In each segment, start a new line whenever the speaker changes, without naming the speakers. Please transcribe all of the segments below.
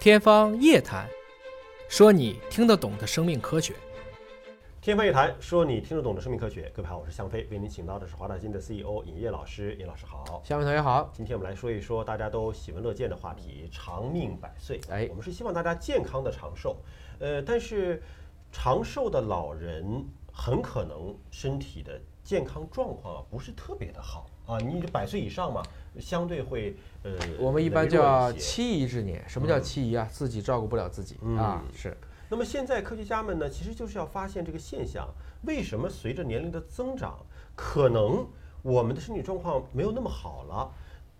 天方夜谭，说你听得懂的生命科学。
天方夜谭，说你听得懂的生命科学。各位好，我是向飞，为您请到的是华大基因的 CEO 尹烨老师。尹老师好，
下面同学好，
今天我们来说一说大家都喜闻乐见的话题——长命百岁。
哎
我们是希望大家健康的长寿，呃，但是长寿的老人很可能身体的健康状况啊不是特别的好啊。你百岁以上嘛，相对会呃，
我们一般
羸弱
叫
一些
七遗之年。什么叫七遗啊？自己照顾不了自己
嗯
啊，是
那么现在科学家们呢，其实就是要发现这个现象，为什么随着年龄的增长，可能我们的身体状况没有那么好了，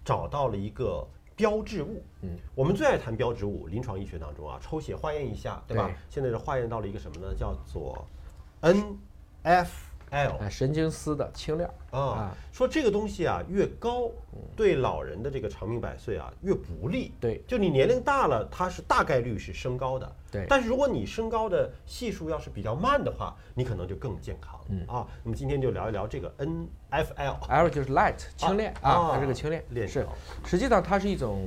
找到了一个标志物。嗯，我们最爱谈标志物，临床医学当中啊，抽血化验一下，对吧？
对
现在是化验到了一个什么呢？叫做 N F L
哎，神经丝的轻链儿
啊，说这个东西啊越高，对老人的这个长命百岁啊越不利。
对，
就你年龄大了，它是大概率是升高的。
对
但是如果你升高的系数要是比较慢的话，你可能就更健康。嗯啊，那么今天就聊一聊这个 N F L
，L 就是 light 轻链啊，它是个轻链，
链
是
条。
实际上它是一种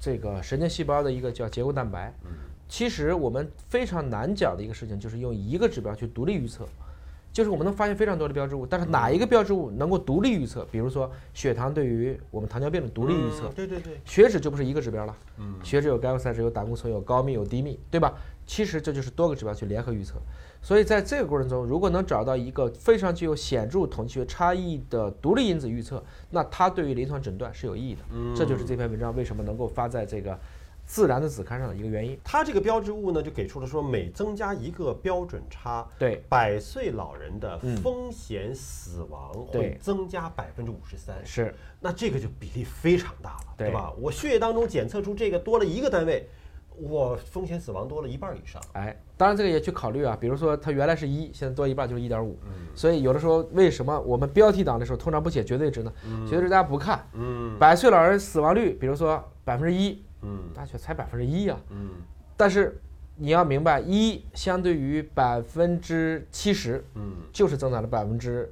这个神经细胞的一个叫结构蛋白。
嗯
其实我们非常难讲的一个事情，就是用一个指标去独立预测，就是我们能发现非常多的标志物，但是哪一个标志物能够独立预测？比如说血糖对于我们糖尿病的独立预测
嗯，对对对，
血脂就不是一个指标了，血脂有甘油三酯，有胆固醇，有高密，有低密，对吧？其实这就是多个指标去联合预测，所以在这个过程中，如果能找到一个非常具有显著统计学差异的独立因子预测，那它对于临床诊断是有意义的。这就是这篇文章为什么能够发在这个《自然》的子刊上的一个原因。
它这个标志物呢，就给出了说每增加一个标准差，
对，
百岁老人的风险死亡
嗯对
会增加百分之五十三。
是
那这个就比例非常大了，
对
对吧？我血液当中检测出这个多了一个单位，我风险死亡多了一半以上。
哎，当然这个也去考虑啊，比如说它原来是一，现在多一半就是一点五，
嗯
所以有的时候为什么我们标题党的时候通常不写绝对值呢？绝对值大家不看，
嗯
百岁老人死亡率，比如说百分之一，
嗯
大学才百分之一啊，
嗯
但是你要明白，一相对于百分之七十，
嗯
就是增长了百分之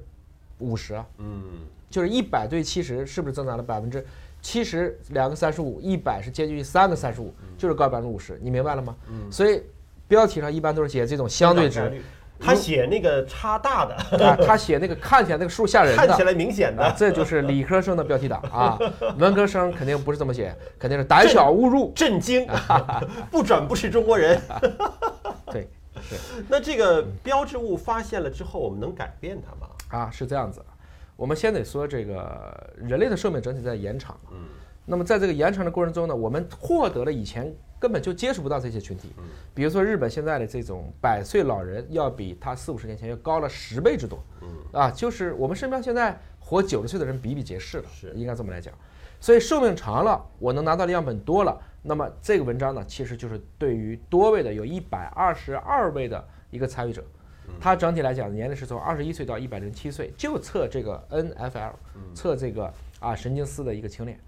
五十啊，
嗯
就是一百对七十，是不是增长了百分之七十？两个三十五，一百是接近于三个三十
嗯
五，就是高百分之五十，你明白了吗？所以标题上一般都是写这种相对值，
大概率嗯他写那个差大的，
啊，他写那个看起来那个数吓人的，
看起来明显
啊
的，
这就是理科生的标题党啊，文科生肯定不是这么写，肯定是胆小误入，
震 惊，不转不是中国人。
对。
那这个标志物发现了之后，我们能改变它吗？
啊，是这样子。我们先得说这个人类的寿命整体在延长，
嗯，
那么在这个延长的过程中呢，我们获得了以前根本就接触不到这些群体，比如说日本现在的这种百岁老人，要比他四五十年前要高了十倍之多，啊，就是我们身边现在活九十岁的人比比皆是了，
是
应该这么来讲。所以寿命长了，我能拿到的样本多了，那么这个文章呢，其实就是对于多位的有一百二十二位的一个参与者，它整体来讲年龄是从二十一岁到一百零七岁，就测这个 NFL，测这个啊神经丝的一个轻链。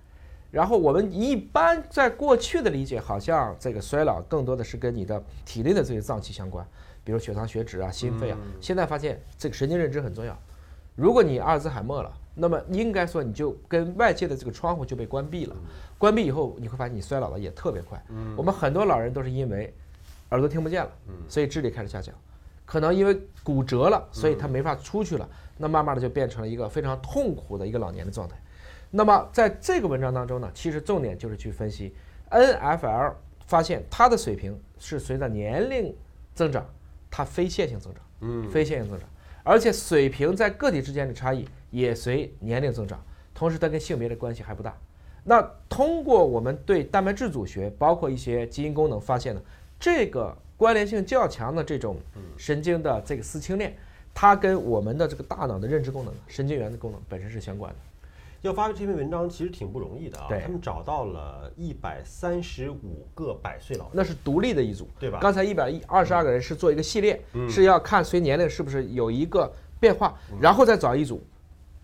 然后我们一般在过去的理解，好像这个衰老更多的是跟你的体内的这些脏器相关，比如血糖、血脂啊、心肺啊。现在发现这个神经认知很重要。如果你阿尔兹海默了，那么应该说你就跟外界的这个窗户就被关闭了。关闭以后，你会发现你衰老的也特别快。我们很多老人都是因为耳朵听不见了，所以智力开始下降，可能因为骨折了，所以他没法出去了，那慢慢的就变成了一个非常痛苦的一个老年的状态。那么在这个文章当中呢，其实重点就是去分析 NFL，发现它的水平是随着年龄增长，它非线性增长，嗯，非线性增长，而且水平在个体之间的差异也随年龄增长，同时它跟性别的关系还不大。那通过我们对蛋白质组学，包括一些基因功能发现呢，这个关联性较强的这种神经的这个丝清链，它跟我们的这个大脑的认知功能、神经元的功能本身是相关的。
要发表这篇文章其实挺不容易的啊，
对
他们找到了一百三十五个百岁老人，
那是独立的一组，
对吧嗯
刚才一百一二十二个人是做一个系列，是要看随年龄是不是有一个变化，然后再找一组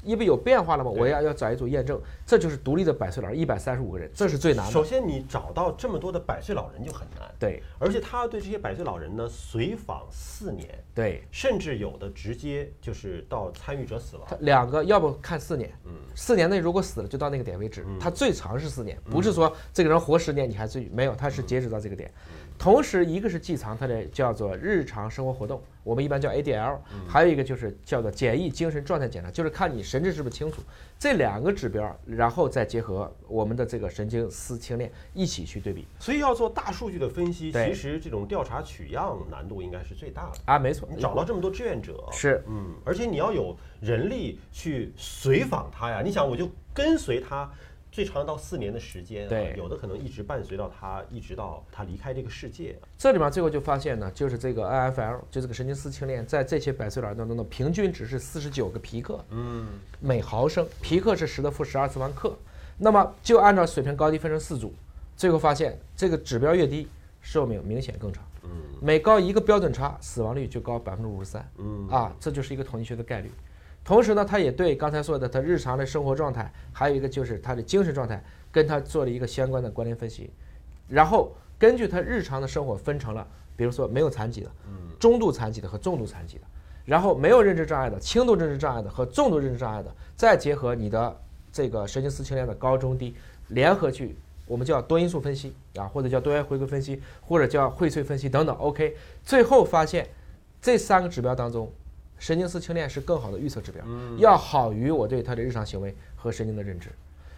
因为有变化了嘛，
对
我要要找一组验证，这就是独立的百岁老人，一百三十五个人，这是最难的。
首先，你找到这么多的百岁老人就很难，
对
而且他要对这些百岁老人呢随访四年，
对，
甚至有的直接就是到参与者死亡。
他两个要不看四年，
嗯
四年内如果死了就到那个点为止，他最长是四年，
嗯
不是说这个人活十年你还最没有，他是截止到这个点。
嗯
同时，一个是继藏，它的叫做日常生活活动，我们一般叫 ADL，还
嗯
有一个就是叫做简易精神状态检查，就是看你神志是不是清楚。这两个指标，然后再结合我们的这个神经丝清链一起去对比。
所以要做大数据的分析，
对
其实这种调查取样难度应该是最大的。
啊，没错，
你找到这么多志愿者，
是
嗯，而且你要有人力去随访他呀。你想，我就跟随他，最长到四年的时间、啊，
对
有的可能一直伴随到他，一直到他离开这个世界、啊
这里面最后就发现呢，就是这个 NFL，就这个神经丝清链，在这些百岁老人当中呢，平均只是四十九个皮克，嗯，每毫升，皮克是十的负十二次方克。那么就按照水平高低分成四组，最后发现这个指标越低，寿命明显更长。嗯，每高一个标准差，死亡率就高百分之五十三。嗯，啊，这就是一个统计学的概率。同时呢，他也对刚才说的他日常的生活状态，还有一个就是他的精神状态，跟他做了一个相关的关联分析。然后根据他日常的生活分成了，比如说没有残疾的、中度残疾的和重度残疾的，然后没有认知障碍的、轻度认知障碍的和重度认知障碍的，再结合你的这个神经丝清链的高中低，联合去。我们叫多因素分析啊，或者叫多元回归分析，或者叫荟萃分析等等。OK，最后发现这三个指标当中，神经丝清链是更好的预测指标，要好于我对它的日常行为和神经的认知。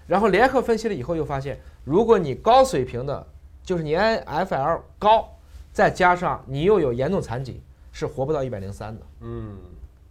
然后联合分析了以后，又发现，如果你高水平的，就是你 NFL 高，再加上你又有严重残疾，是活不到一百零三的。
嗯，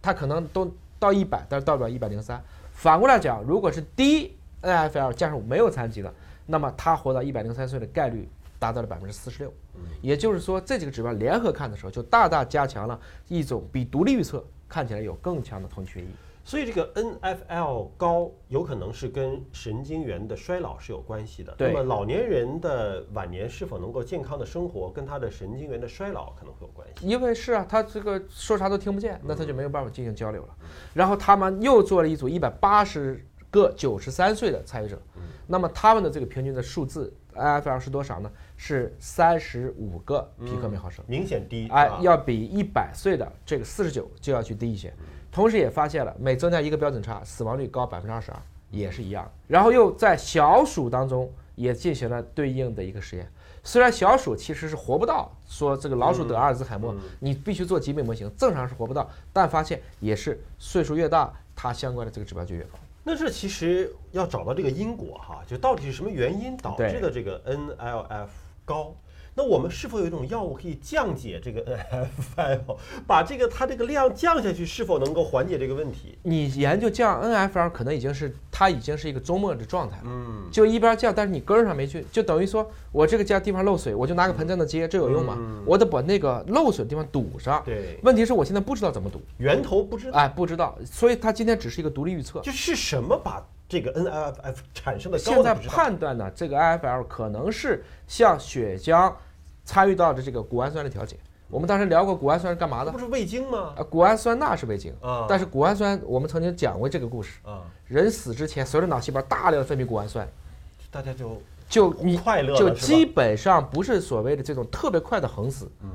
他可能都到一百，但是到不了一百零三。反过来讲，如果是低 NFL 加上没有残疾的，那么他活到一百零三岁的概率达到了百分之四十六。也就是说，这几个指标联合看的时候，就大大加强了一种比独立预测看起来有更强的统计学意义。
所以这个 NFL 高有可能是跟神经元的衰老是有关系的。
对
那么老年人的晚年是否能够健康的生活，跟他的神经元的衰老可能会有关系。
因为是啊，他这个说啥都听不见，那他就没有办法进行交流了。然后他们又做了一组一百八十个九十三岁的参与者，那么他们的这个平均的数字 IFL 是多少呢？是三十五个皮克每毫升，
明显低，
哎
啊，
要比一百岁的这个四十九就要去低一些。同时也发现了，每增加一个标准差，死亡率高百分之二十二，也是一样的。然后又在小鼠当中也进行了对应的一个实验。虽然小鼠其实是活不到，说这个老鼠得阿尔兹海
嗯
默，你必须做疾病模型，正常是活不到，但发现也是岁数越大，它相关的这个指标就越高。
那这其实要找到这个因果哈，就到底是什么原因导致的这个 NLF 高？那我们是否有一种药物可以降解这个 NFL，把 这个它这个量降下去，是否能够缓解这个问题？
你研究降 NFL 可能已经是它已经是一个周末的状态了，
嗯
就一边降，但是你根儿上没去，就等于说我这个家地方漏水，我就拿个盆在那接，这有用吗？我得把那个漏水的地方堵上。
嗯对，
问题是我现在不知道怎么堵，
源头不知道，
哎，不知道，所以它今天只是一个独立预测。
就是什么把这个 NLF 产生的高
现在
的不知道。
判断呢，这个 IFL 可能是像血浆参与到的这个谷氨酸的调节。我们当时聊过谷氨酸是干嘛
这
的
不？是味精吗？
啊，谷氨酸钠是味精，
啊
但是谷氨酸我们曾经讲过这个故事。
啊，
人死之前，随着脑细胞大量分泌谷氨酸，
大家就
就你
快乐了
就是
吧
基本上不是所谓的这种特别快的横死。
嗯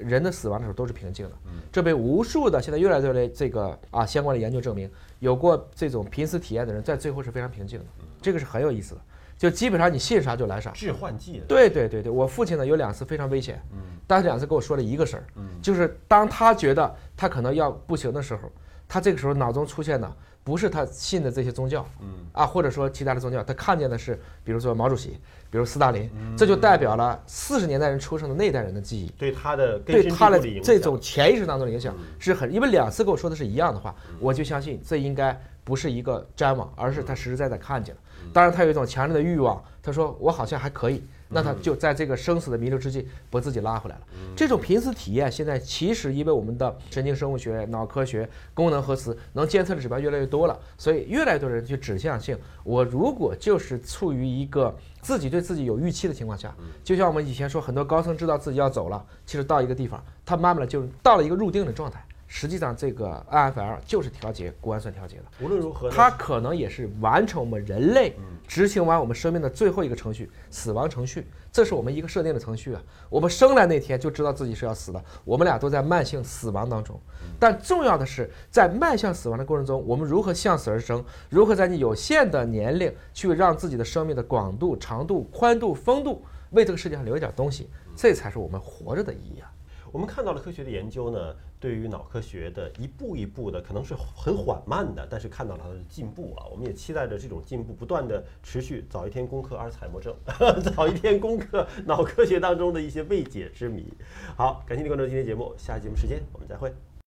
人的死亡的时候都是平静的。这被无数的现在越来越来这个啊相关的研究证明，有过这种濒死体验的人，在最后是非常平静的。
嗯
这个是很有意思的，就基本上你信啥就来啥。
致幻剂。
对对对对，我父亲呢有两次非常危险，但是两次跟我说了一个事儿，就是当他觉得他可能要不行的时候，他这个时候脑中出现的不是他信的这些宗教，啊或者说其他的宗教，他看见的是比如说毛主席，比如斯大林，这就代表了四十年代人出生的那代人的记忆。
对他的根
对
深蒂
他
固
的
的影响，嗯
这种潜意识当中的影响是很，因为两次跟我说的是一样的话，我就相信这应该不是一个瞻望，而
嗯
是他实实在在看见了。当然，他有一种强烈的欲望，他说我好像还可
嗯
以，那他就在这个生死的弥留之际把自己拉回来了。
嗯
这种濒死体验现在其实因为我们的神经生物学、脑科学、功能核磁能监测的指标越来越多了，所以越来越多人去指向性，我如果就是处于一个自己对自己有预期的情况下，就像我们以前说，很多高层知道自己要走了，其实到一个地方，他慢慢的就到了一个入定的状态，实际上这个 IFL 就是调节谷氨酸调节的，
无论如何呢，
它可能也是完成我们人类执行完我们生命的最后一个程序——死亡程序。这是我们一个设定的程序啊。我们生来那天就知道自己是要死的，我们俩都在慢性死亡当中。但重要的是，在迈向死亡的过程中，我们如何向死而生？如何在你有限的年龄去让自己的生命的广度、长度、宽度、风度，为这个世界上留一点东西？这才是我们活着的意义啊！
我们看到了科学的研究呢，对于脑科学的一步一步的，可能是很缓慢的，但是看到了它的进步啊。我们也期待着这种进步不断的持续，早一天攻克阿尔采默症， 早一天攻克脑科学当中的一些未解之谜。好，感谢您关注今天节目，下期节目时间我们再会。